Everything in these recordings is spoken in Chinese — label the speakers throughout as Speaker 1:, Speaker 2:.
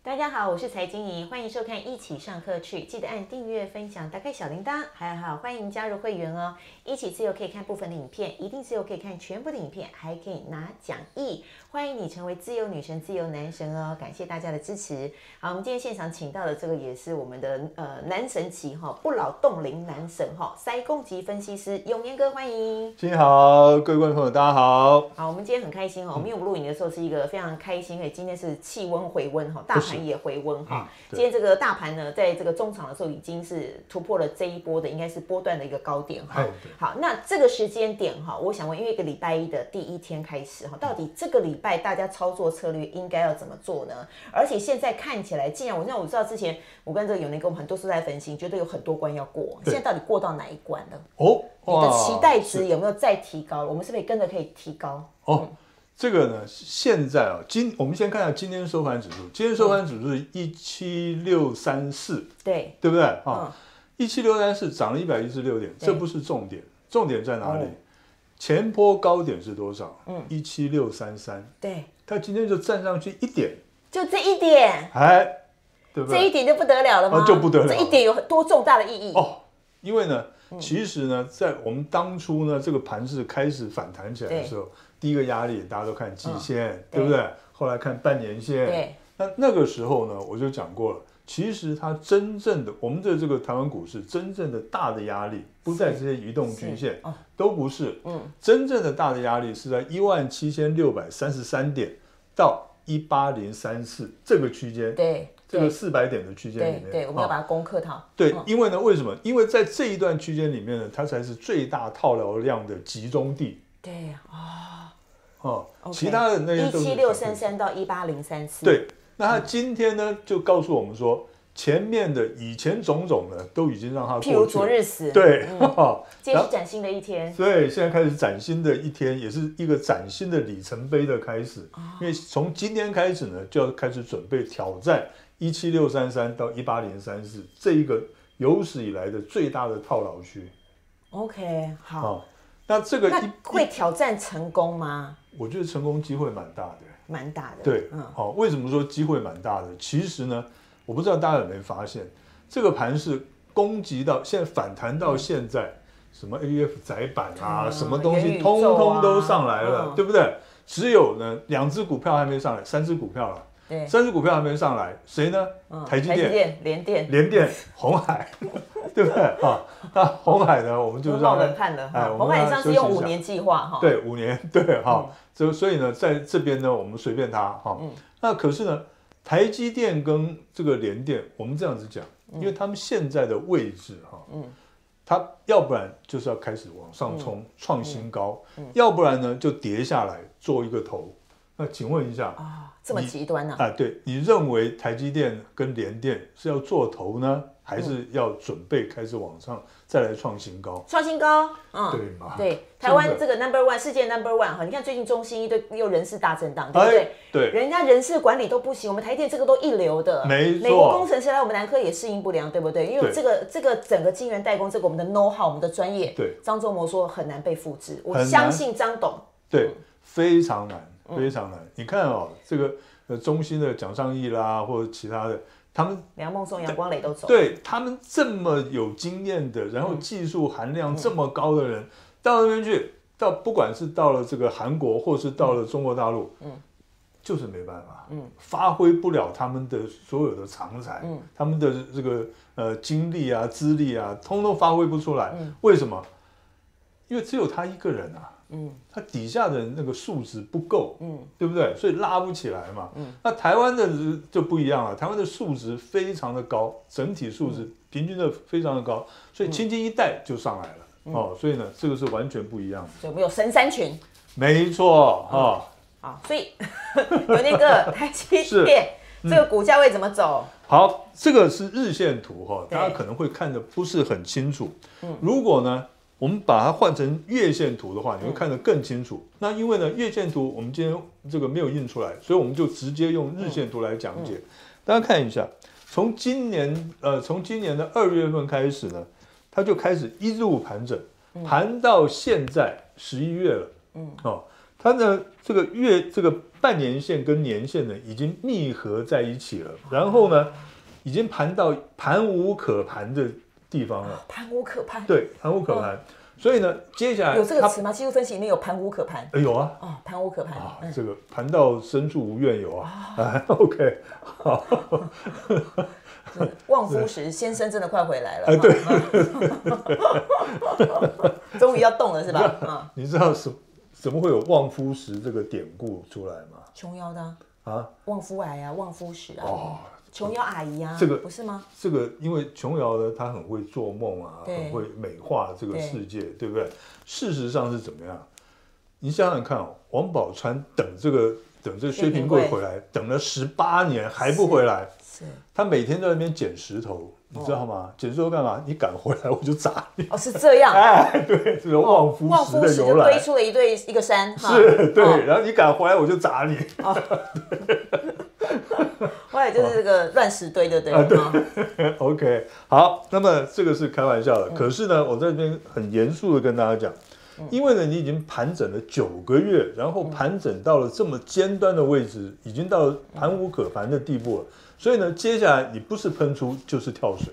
Speaker 1: 大家好，我是财经怡，欢迎收看一起上课去，记得按订阅、分享、打开小铃铛，还有好欢迎加入会员哦。一起自由可以看部分的影片，一定自由可以看全部的影片，还可以拿讲义，欢迎你成为自由女神、自由男神哦！感谢大家的支持。好，我们今天现场请到的这个也是我们的呃男神级哈、不老冻龄男神哈、塞攻级分析师永年哥，欢迎。
Speaker 2: 新年好，各位观众朋友，大家好。
Speaker 1: 好，我们今天很开
Speaker 2: 嗯
Speaker 1: 心哦，因为我们录影的时候是一个非常开心，哎，今天是气温回温哈，大盘也回温哈。
Speaker 2: 嗯对
Speaker 1: 今天这个大盘呢，在这个中场的时候已经是突破了这一波的，应该是波段的一个高点哈
Speaker 2: 哎对。
Speaker 1: 好，那这个时间点哈，我想问，因为一个礼拜一的第一天开始哈，到底这个礼拜大家操作策略应该要怎么做呢？而且现在看起来，既然我那我知道之前我跟这个永年跟我们很多都在分析，觉得有很多关要过，现在到底过到哪一关了？
Speaker 2: 哦，
Speaker 1: 你的
Speaker 2: 哇
Speaker 1: 期待值有没有再提高了？我们是不是也跟着可以提高？
Speaker 2: 哦，这个呢，现在啊、今我们先看一下今天收盘指数，今天收盘指数是一七六三四，
Speaker 1: 对，
Speaker 2: 对不对啊？一七六三四涨了一百一十六点，
Speaker 1: 嗯对
Speaker 2: 这不是重点，重点在哪里
Speaker 1: 哦？
Speaker 2: 前波高点是多少？嗯，一七六三三，
Speaker 1: 对，
Speaker 2: 它今天就站上去一点，
Speaker 1: 就这一点，
Speaker 2: 哎，对不
Speaker 1: 这一
Speaker 2: 对？
Speaker 1: 点就不得了了吗？
Speaker 2: 哦就不得了
Speaker 1: 这一点有很多重大的意义。
Speaker 2: 哦，因为呢，其实呢，在我们当初呢，这个盘势开始反弹起来的时候，第一个压力大家都看季线，对不对？后来看半年线
Speaker 1: 嗯对，
Speaker 2: 那那个时候呢，我就讲过了。其实它真正的，我们的这个台湾股市真正的大的压力不在这些移动均线
Speaker 1: 是哦，
Speaker 2: 都不是。嗯，真正的大的压力是在一万七千六百三十三点到一八零三四这个区间，
Speaker 1: 对，
Speaker 2: 这个
Speaker 1: 对，
Speaker 2: 四百点的区间里
Speaker 1: 对
Speaker 2: 面。
Speaker 1: 对，我们要
Speaker 2: 啊
Speaker 1: 把它攻克它。
Speaker 2: 对
Speaker 1: 嗯，
Speaker 2: 因为呢，为什么？因为在这一段区间里面呢，它才是最大套牢量的集中地
Speaker 1: 对啊，
Speaker 2: 哦。其他的那些
Speaker 1: 一
Speaker 2: 都是
Speaker 1: 七六三三到一八零三四，，
Speaker 2: 对，那它今天呢，就告诉我们说，前面的以前种种呢，都已经让它过去
Speaker 1: 譬
Speaker 2: 了。
Speaker 1: 如昨日嗯死，，
Speaker 2: 对，哈 哈
Speaker 1: 今天
Speaker 2: 然后
Speaker 1: 是崭新的一天，
Speaker 2: 对，现在开始崭新的一天，也是一个崭新的里程碑的开始。
Speaker 1: 哦
Speaker 2: 因为从今天开始呢，就要开始准备挑战一七六三三到一八零三四这一个有史以来的最大的套牢区。
Speaker 1: OK，好，
Speaker 2: 哦，那这个
Speaker 1: 那
Speaker 2: 一
Speaker 1: 会挑战成功吗？
Speaker 2: 我觉得成功机会蛮大的。
Speaker 1: 蛮大的，
Speaker 2: 对，
Speaker 1: 嗯，
Speaker 2: 好、为什么说机会蛮大的？其实呢，我不知道大家有没有发现，这个盘是攻击到现在反弹
Speaker 1: 嗯
Speaker 2: 到现在，什么 A E F 窄板啊，
Speaker 1: 啊
Speaker 2: 什么东
Speaker 1: 元宇
Speaker 2: 西
Speaker 1: 宙
Speaker 2: 通通都上来
Speaker 1: 啊
Speaker 2: 了，
Speaker 1: 嗯
Speaker 2: 对不对？只有呢，两只股票还没上来，三只股票了，
Speaker 1: 对，
Speaker 2: 三只股票还没上来，谁呢？
Speaker 1: 嗯，
Speaker 2: 台积电、
Speaker 1: 电、联电，
Speaker 2: 联电、红海，对不对啊？那红海呢，我们就
Speaker 1: 我
Speaker 2: 让
Speaker 1: 冒
Speaker 2: 它
Speaker 1: 冷汗了。
Speaker 2: 哎
Speaker 1: 哈
Speaker 2: 我们
Speaker 1: 红海
Speaker 2: 让它
Speaker 1: 上次
Speaker 2: 休息
Speaker 1: 用
Speaker 2: 一
Speaker 1: 五
Speaker 2: 下
Speaker 1: 年计划哈，，
Speaker 2: 对，五年，对
Speaker 1: 嗯
Speaker 2: 哈，所、所以呢，在这边呢，我们随便它哈。那可是呢，台积电跟这个联电，我们这样子讲，
Speaker 1: 嗯
Speaker 2: 因为他们现在的位置哈，嗯，它要不然就是要开始往上
Speaker 1: 嗯
Speaker 2: 冲，创新高，要不然呢就跌下来做一个头。那请问一下，
Speaker 1: 啊，这么极端呢？
Speaker 2: 啊，对你认为台积电跟联电是要做头呢，
Speaker 1: 嗯
Speaker 2: 还是要准备开始往上再来创新高？
Speaker 1: 创新高，嗯，
Speaker 2: 对嘛
Speaker 1: 对，
Speaker 2: 真
Speaker 1: 台
Speaker 2: 的
Speaker 1: 湾这个 number one，世界 number one 哈，你看最近中心一堆又人事大震荡，对不
Speaker 2: 哎
Speaker 1: 对？
Speaker 2: 对
Speaker 1: 人家人事管理都不行，我们台电这个都一流的，
Speaker 2: 没错
Speaker 1: 美国工程师来我们南科也适应不良，对不对？因为
Speaker 2: 对
Speaker 1: 这个这个整个晶圆代工，这个我们的 know how，我们的专业，
Speaker 2: 对
Speaker 1: 张忠谋说很难被复制，我
Speaker 2: 很难
Speaker 1: 相信张董，
Speaker 2: 对，非常难，非常难。你看哦，这个呃，中心的蒋尚义啦，或者其他的，他们
Speaker 1: 梁孟松、杨光磊都走，
Speaker 2: 对他们这么有经验的，然后技术含量这么高的人，到那边去，到不管是到了这个韩国，或是到了中国大陆，嗯，就是没办法，嗯，发挥不了他们的所有的长才，嗯，他们的这个呃经历啊、资历啊，通通发挥不出来。为什么？因为只有他一个人啊，嗯，他底下的那个素质不够，嗯，对不对？所以拉不起来嘛。嗯，那台湾的就不一样了，台湾的素质非常的高，整体素质平均的非常的高，所以轻轻一带就上来了。哦，所以呢，这个是完全不一样的，
Speaker 1: 所以我们有神山群
Speaker 2: 没错哦。
Speaker 1: 啊，所 以有那个台积
Speaker 2: 是嗯
Speaker 1: 电这个股价位怎么走？
Speaker 2: 好，这个是日线图哈、
Speaker 1: 对
Speaker 2: 大家可能会看的不是很清楚。如果呢，我们把它换成月线图的话，你会看得更清楚。那因为呢，月线图我们今天这个没有印出来，所以我们就直接用日线图来讲解。大家看一下，从今年呃，从今年的二月份开始呢，它就开始一路盘整，盘到现在十一月了。嗯，哦，它的这个月这个半年线跟年线呢已经密合在一起了，然后呢，已经盘到盘无可盘的地方了，
Speaker 1: 盘无可盘，
Speaker 2: 对，盘无可盘。所以呢，接下来
Speaker 1: 哦有这个
Speaker 2: 它
Speaker 1: 词吗？技术分析里面有盘无可盘
Speaker 2: 呃有啊，
Speaker 1: 哦，盘无可盘，
Speaker 2: 啊，
Speaker 1: 嗯
Speaker 2: 这个盘到深处无怨尤啊！ 啊，OK，好，
Speaker 1: 望夫石先生真的快回来了，
Speaker 2: 哎
Speaker 1: 哈
Speaker 2: 对，
Speaker 1: 嗯终于要动了是吧？啊，
Speaker 2: 你知道什怎么会有望夫石这个典故出来吗？
Speaker 1: 琼瑶的啊
Speaker 2: 啊，
Speaker 1: 望夫癌啊，望夫石啊，
Speaker 2: 哦，
Speaker 1: 琼瑶阿姨啊，
Speaker 2: 这个
Speaker 1: 不是吗？
Speaker 2: 这个因为琼瑶呢，她很会做梦啊，
Speaker 1: 对
Speaker 2: 很会美化这个世界，对不对？事实上是怎么样？你想想看、哦，王宝钏等这个等这
Speaker 1: 薛
Speaker 2: 薛
Speaker 1: 平
Speaker 2: 平贵
Speaker 1: 贵
Speaker 2: 回来，等了十八年还不回来，
Speaker 1: 是
Speaker 2: 他每天在那边捡石头，你知道吗？捡石头干嘛？你敢回来我就砸你！
Speaker 1: 哦，是这样。
Speaker 2: 哎， 对，这个望夫
Speaker 1: 望
Speaker 2: 石
Speaker 1: 夫
Speaker 2: 的
Speaker 1: 石
Speaker 2: 由
Speaker 1: 就
Speaker 2: 来
Speaker 1: 堆。出了一对一个山，哈
Speaker 2: 是对，
Speaker 1: 哦
Speaker 2: 然后你敢回来我就砸你。
Speaker 1: 后来就是这个乱石堆，对不对？
Speaker 2: 啊对
Speaker 1: 啊
Speaker 2: OK，好，那么这个是开玩笑
Speaker 1: 嗯
Speaker 2: 的，可是呢，我在这边很严肃的跟大家讲，因为呢，你已经盘整了九个月，然后盘整到了这么尖端的位置，已经到了盘无可盘的地步了，所以呢，接下来你不是喷出就是跳水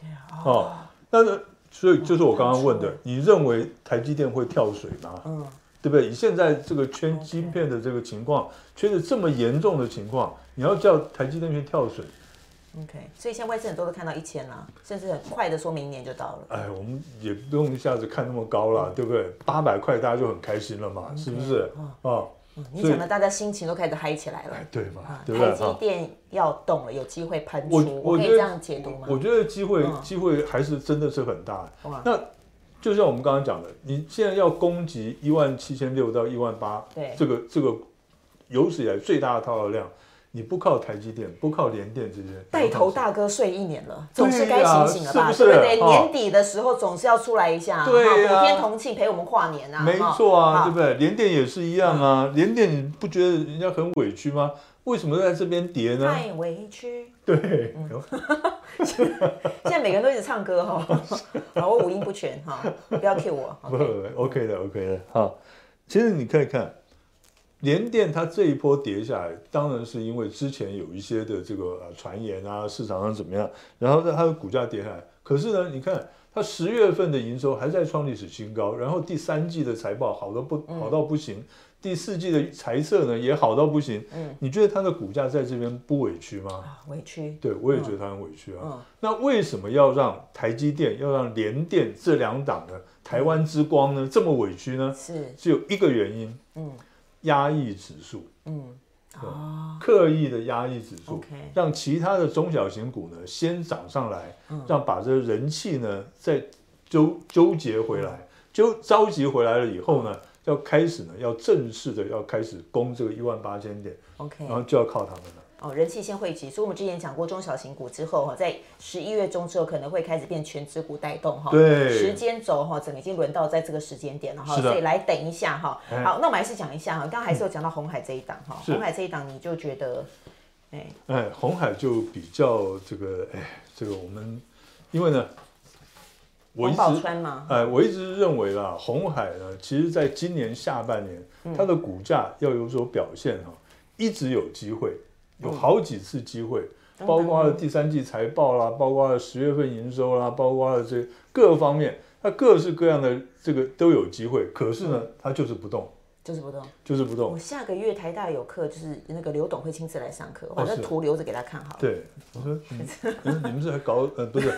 Speaker 1: 对啊哦
Speaker 2: 哦。那个所以就是我刚刚问
Speaker 1: 嗯
Speaker 2: 的
Speaker 1: 喷，
Speaker 2: 你认为台积电会跳水吗？
Speaker 1: 嗯，
Speaker 2: 对不对？以现在这个圈晶片的这个情况，缺的这么严重的情况，你要叫台积电去跳水，
Speaker 1: OK，所以现在外资很多都看到一千啦，甚至很快的说明年就到了。
Speaker 2: 哎，我们也不用一下子看那么高
Speaker 1: 嗯
Speaker 2: 了，对不对？八百块大家就很开心了嘛，是不是？
Speaker 1: 嗯
Speaker 2: 啊，
Speaker 1: 你
Speaker 2: 所以
Speaker 1: 讲的大家心情都开始嗨起来了，
Speaker 2: 对嘛，对不啊
Speaker 1: 台
Speaker 2: 对？
Speaker 1: 积
Speaker 2: 哈，
Speaker 1: 电要动了，有机会喷出，
Speaker 2: 我
Speaker 1: 我
Speaker 2: 我
Speaker 1: 可以
Speaker 2: 觉
Speaker 1: 这
Speaker 2: 得
Speaker 1: 样解读吗？
Speaker 2: 我觉得机会
Speaker 1: 嗯
Speaker 2: 机会还是真的是很大
Speaker 1: 哇。
Speaker 2: 那就像我们刚刚讲的，你现在要攻击一万七千六到一万八，
Speaker 1: 对
Speaker 2: 这个这个有史以来最大的套牢量，你不靠台积电，不靠联电这些，
Speaker 1: 带头大哥睡一年了，总是该醒醒了吧？
Speaker 2: 是
Speaker 1: 对
Speaker 2: 不是
Speaker 1: 对？
Speaker 2: 哦
Speaker 1: 年底的时候总是要出来一下，
Speaker 2: 对
Speaker 1: 哈
Speaker 2: 呀
Speaker 1: 普天同庆陪我们跨年啊！嗯
Speaker 2: 没
Speaker 1: 哈
Speaker 2: 错啊，
Speaker 1: 哈
Speaker 2: 对不对？联电也是一样啊，联电你不觉得人家很委屈吗？为什么在这边跌呢？
Speaker 1: 太嗯委屈。
Speaker 2: 对，
Speaker 1: 现在每个人都一直唱歌哈，好，我五音不全哈，不要 cue 我。
Speaker 2: 不，OK 的，OK 的，哈。其实你可以看，联电它这一波跌下来，当然是因为之前有一些的这个呃传言啊，市场上怎么样，然后让它的股价跌下来。可是呢，你看它十月份的营收还在创历史新高，然后第三季的财报好的不好到不行，第四季的财测呢也好到不行。
Speaker 1: 嗯
Speaker 2: 你觉得它的股价在这边不委屈吗？
Speaker 1: 啊，委屈。
Speaker 2: 对，我也觉得他很委屈啊。
Speaker 1: 嗯
Speaker 2: 那为什么要让台积电、要让联电这两党的台湾之光呢这么委屈呢？
Speaker 1: 是，
Speaker 2: 只有一个原因，
Speaker 1: 嗯
Speaker 2: 压抑指数，
Speaker 1: 嗯，
Speaker 2: 对
Speaker 1: 哦，
Speaker 2: 刻意的压抑指数
Speaker 1: OK
Speaker 2: 让其他的中小型股呢先涨上来，
Speaker 1: 嗯
Speaker 2: 让把这个人气呢再纠纠结回来，纠召集回来了以后呢，要开始呢要正式的要开始攻这个一万八千点，
Speaker 1: OK，
Speaker 2: 然后就要靠他们了。
Speaker 1: 哦，人气先汇集，所以我们之前讲过中小型股之后哈，在十一月中之后可能会开始变全指股带动哈。
Speaker 2: 对
Speaker 1: 时间轴哈，整个已经轮到在这个时间点了哈，
Speaker 2: 是的
Speaker 1: 所以来等一下哈。
Speaker 2: 哎嗯
Speaker 1: 好，那我们还是讲一下哈，刚刚还是有讲到红海这一档哈，
Speaker 2: 是
Speaker 1: 红海这一档你就觉得，哎，
Speaker 2: 哎，红海就比较这个，哎，这个我们，因为呢，我一
Speaker 1: 红
Speaker 2: 直
Speaker 1: 宝川嘛，
Speaker 2: 哎，我一直认为啦，红海呢，其实在今年下半年，
Speaker 1: 嗯
Speaker 2: 它的股价要有所表现哈、一直有机会，有
Speaker 1: 嗯
Speaker 2: 好几次机会，包括了第三季财报啦，包括了十月份营收啦，包括了这各方面，它各式各样的这个都有机会，可是
Speaker 1: 嗯
Speaker 2: 呢，它就是不动，
Speaker 1: 就是不动。
Speaker 2: 就是不动
Speaker 1: 我。下个月台大有课，就是那个刘董会亲自来上课，我把
Speaker 2: 哦
Speaker 1: 这
Speaker 2: 是
Speaker 1: 图留着给他看好 了。
Speaker 2: 对，我说，嗯 嗯你们是在搞呃，不是，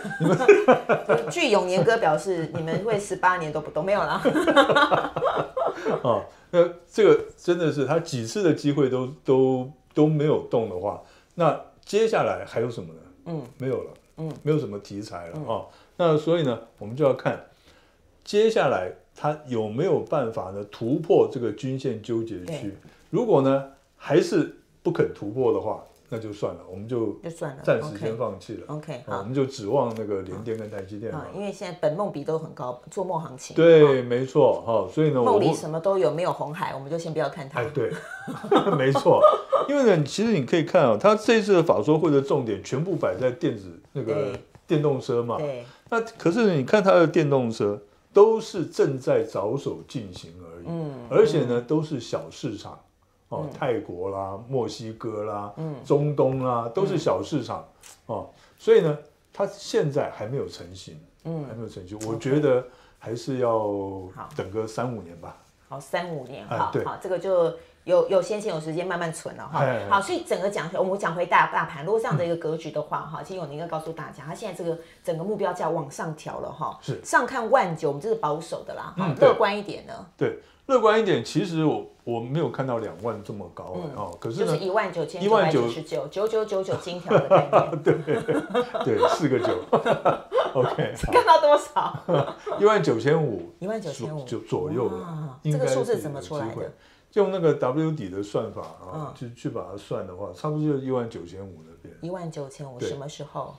Speaker 1: 据永年哥表示，你们会十八年都不动，没有啦。
Speaker 2: 啊，那这个真的是他几次的机会都都都没有动的话，那接下来还有什么呢？
Speaker 1: 嗯，
Speaker 2: 没有了，
Speaker 1: 嗯，
Speaker 2: 没有什么题材了啊、那所以呢，我们就要看接下来它有没有办法呢突破这个均线纠结
Speaker 1: 对
Speaker 2: 区。如果呢还是不肯突破的话，那就算了，我们就
Speaker 1: 就算了
Speaker 2: 暂时先
Speaker 1: OK
Speaker 2: 放弃了。
Speaker 1: OK，
Speaker 2: 啊，我
Speaker 1: 好
Speaker 2: 们就指望那个联电跟台积电嘛
Speaker 1: 啊，。因为现在本梦比都很高，做梦行情。
Speaker 2: 对，没错，哈、所以呢，我
Speaker 1: 梦
Speaker 2: 会
Speaker 1: 里什么都有，没有红海，我们就先不要看它。
Speaker 2: 哎，对， 没错，因为呢，其实你可以看啊、他这一次的法说会的重点全部摆在电子那个
Speaker 1: 对
Speaker 2: 电动车嘛。
Speaker 1: 对，
Speaker 2: 那可是你看他的电动车，都是正在着手进行而已。
Speaker 1: 嗯
Speaker 2: 而且呢，都是小市场，哦，泰国啦、墨西哥啦、
Speaker 1: 嗯
Speaker 2: 中东啦，都是小市场，哦，所以呢，它现在还没有成型，嗯，还没有成型。我觉得还是要等个三五年吧。
Speaker 1: 好，三五年，
Speaker 2: 哎
Speaker 1: 好
Speaker 2: 对
Speaker 1: 好，这个就有有先前有时间慢慢存了哈
Speaker 2: 哎哎。
Speaker 1: 好，所以整个讲，我们讲回大大盘，如果这样的一个格局的话哈，其实我应该告诉大家，它现在这个整个目标价往上调了哈，
Speaker 2: 是
Speaker 1: 上看万九，我们这是保守的啦，哈
Speaker 2: 嗯，对
Speaker 1: 乐观一点呢，
Speaker 2: 对，乐观一点，其实我我没有看到两万这么高哦，可是
Speaker 1: 嗯就是
Speaker 2: 呢，
Speaker 1: 一万九千九百九十九，
Speaker 2: 19,999
Speaker 1: 九九九九金条的概 念，
Speaker 2: 对，四个九 ，OK，
Speaker 1: 看到多少？
Speaker 2: 一万九千五，
Speaker 1: 一万九千五
Speaker 2: 左左右
Speaker 1: 哇
Speaker 2: 了。
Speaker 1: 这
Speaker 2: 应
Speaker 1: 个
Speaker 2: 该
Speaker 1: 数字
Speaker 2: 是
Speaker 1: 怎么
Speaker 2: 有
Speaker 1: 出来
Speaker 2: 机会
Speaker 1: 的？嗯
Speaker 2: 用那个 W 底的算法啊，去去把它算的话，差不多就一万九千五那边。
Speaker 1: 一万九千五，
Speaker 2: 对
Speaker 1: 什么时候？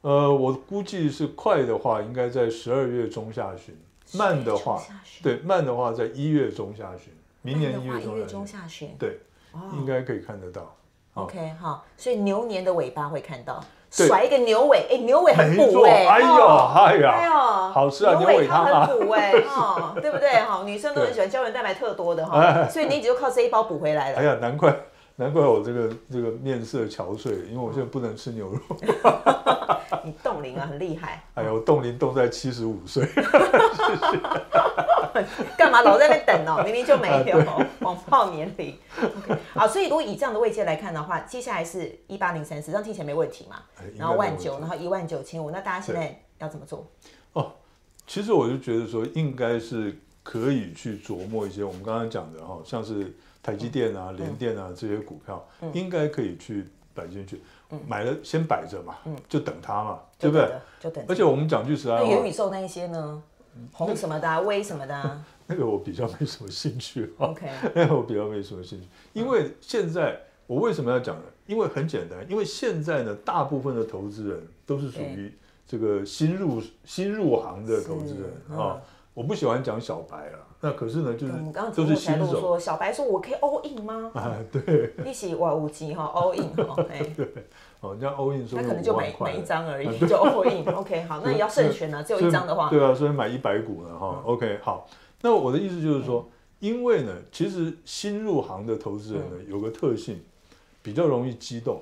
Speaker 2: 呃，我估计是快的话，应该在十二月中下旬；慢的话
Speaker 1: 中下，旬
Speaker 2: 对，慢的话在一月中下旬，明年一
Speaker 1: 慢
Speaker 2: 月
Speaker 1: 的话一月
Speaker 2: 中
Speaker 1: 中
Speaker 2: 下旬，
Speaker 1: 下旬哦
Speaker 2: 对，应该可以看得到。
Speaker 1: ，OK 哈，所以牛年的尾巴会看到，
Speaker 2: 对
Speaker 1: 甩一个牛尾，哎，牛尾很
Speaker 2: 没
Speaker 1: 补
Speaker 2: 错，哎呦，
Speaker 1: 哦
Speaker 2: 哎
Speaker 1: 哎呦，
Speaker 2: 呀，好吃啊牛尾
Speaker 1: 汤
Speaker 2: 汤啊
Speaker 1: 很补 哎、哦，对不对哈、女生都很喜欢胶原蛋白特多的哈、所以你只就靠这一包补回来了。
Speaker 2: 哎呀，难怪难怪我这个这个面色憔悴，因为我现在不能吃牛肉。
Speaker 1: 嗯你冻龄啊，很厉害，
Speaker 2: 哎呀，我冻龄冻在七十五岁，
Speaker 1: 干嘛老在那边等哦？明明就没
Speaker 2: 哎
Speaker 1: 有，谎报年龄。OK，好，所以如果以这样的位阶来看的话，接下来是一八零三四，这样听起来没问题嘛
Speaker 2: 哎？应该
Speaker 1: 然后万
Speaker 2: 没
Speaker 1: 九，
Speaker 2: 问
Speaker 1: 然后一万九千五，那大家现在要怎么做？
Speaker 2: 其实我就觉得说，应该是可以去琢磨一些我们刚刚讲的哈，像是台积电啊、
Speaker 1: 嗯
Speaker 2: 联电啊这些股票，应该可以去摆进去，
Speaker 1: 嗯
Speaker 2: 买了先摆着嘛，就等它嘛，对不
Speaker 1: 就
Speaker 2: 对
Speaker 1: 等？着？就等着。
Speaker 2: 而且我们讲句实在
Speaker 1: 那元宇
Speaker 2: 话，
Speaker 1: 宙那一些呢？红什么的、啊，微什么的、啊、
Speaker 2: 那个我比较没什么兴趣啊，
Speaker 1: ，OK，
Speaker 2: 那个我比较没什么兴趣，因为现在我为什么要讲呢？因为很简单，因为现在呢，大部分的投资人都是属于这个新入新入行的投资人
Speaker 1: 是嗯
Speaker 2: 啊。我不喜欢讲小白了，那可是呢，就是
Speaker 1: 我们嗯刚刚节
Speaker 2: 都
Speaker 1: 目
Speaker 2: 是
Speaker 1: 才
Speaker 2: 新
Speaker 1: 录
Speaker 2: 手
Speaker 1: 说，小白说我可以 all in 吗？
Speaker 2: 啊，对，
Speaker 1: 一起哇五级哈 all in 哈， 哎、
Speaker 2: 哦，人家欧印说
Speaker 1: 那
Speaker 2: 那
Speaker 1: 可能就
Speaker 2: 5
Speaker 1: 买
Speaker 2: 万块
Speaker 1: 买一张而已，就 all in。OK，好， 那也要慎选啊，只有一张的话嗯
Speaker 2: 啊所以，对啊，所以买一百股呢，哈、OK，好。那我的意思就是说，因为呢，其实新入行的投资人
Speaker 1: 嗯
Speaker 2: 呢，有个特性，比较容易激动。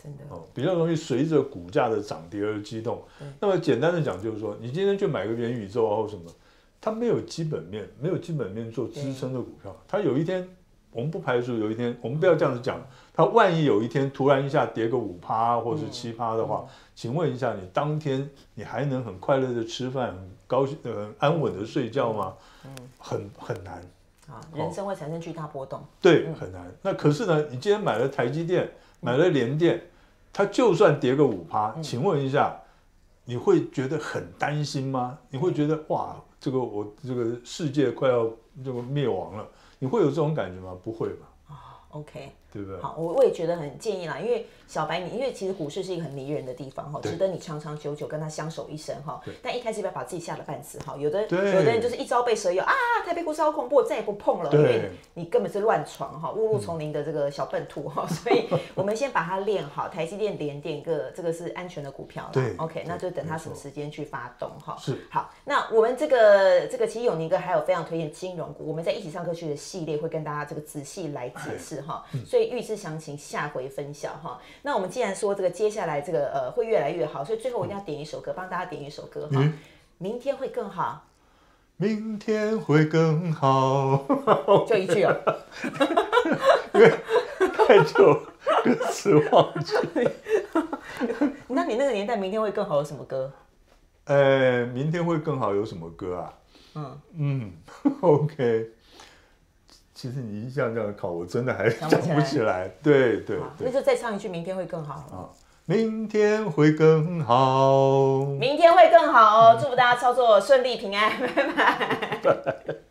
Speaker 1: 真的
Speaker 2: 哦，比较容易随着股价的涨跌而激动。那么简单的讲，就是说，你今天去买个元宇宙啊或什么，它没有基本面，没有基本面做支撑的股票，它有一天，我们不排除有一天，我们不要这样子讲，它万一有一天突然一下跌个五趴或是七趴的话，请问一下，你当天你还能很快乐的吃饭，很高兴、呃很安稳的睡觉吗？很很难。
Speaker 1: 啊，人生会产生巨大波动。
Speaker 2: 对，很难。那可是呢，你今天买了台积电，买了联电，它就算跌个五趴，请问一下，你会觉得很担心吗？你会觉得哇，这个我这个世界快要这个灭亡了，你会有这种感觉吗？不会吧，
Speaker 1: OK，
Speaker 2: 对不对？
Speaker 1: 好，我我也觉得很建议啦，因为小白你，因为其实股市是一个很迷人的地方哈，
Speaker 2: 对
Speaker 1: 值得你长长久久跟他相守一生哈。但一开始不要把自己吓得半死哈，有的
Speaker 2: 对
Speaker 1: 有的人就是一朝被蛇咬啊，台北股市好恐怖，我再也不碰了，因为
Speaker 2: 对嗯
Speaker 1: 你根本是乱闯哈，误入丛林的这个小笨兔哈，所以我们先把它练好，台积电、联电个这个是安全的股票啦。
Speaker 2: 对
Speaker 1: o k
Speaker 2: 对
Speaker 1: 那就等它
Speaker 2: 没错
Speaker 1: 什么时间去发动哈。
Speaker 2: 是
Speaker 1: 好，那我们这个这个其实永宁哥还有非常推荐金融股，我们在一起上课去的系列会跟大家这个仔细来解释哈，
Speaker 2: 嗯
Speaker 1: 所以预知详情下回分晓哈。那我们既然说这个接下来这个呃会越来越好，所以最后我一定要点一首歌，帮大家点一首歌哈，
Speaker 2: 嗯
Speaker 1: 明天会更好，
Speaker 2: 明天会更好，
Speaker 1: 就一句哦，
Speaker 2: 太久了歌词忘记。
Speaker 1: 那你那个年代明天会更好有什么歌？
Speaker 2: 呃，明天会更好有什么歌啊？
Speaker 1: 嗯
Speaker 2: 嗯，OK。其实你一下这样考，我真的还
Speaker 1: 想
Speaker 2: 想
Speaker 1: 不起
Speaker 2: 不
Speaker 1: 来
Speaker 2: 起来。对对
Speaker 1: 好，
Speaker 2: 对
Speaker 1: 那。就再唱一句明天会更好了。
Speaker 2: 啊，明天会更好。
Speaker 1: 明天会更好哦，祝福大家操作顺利平安，拜拜。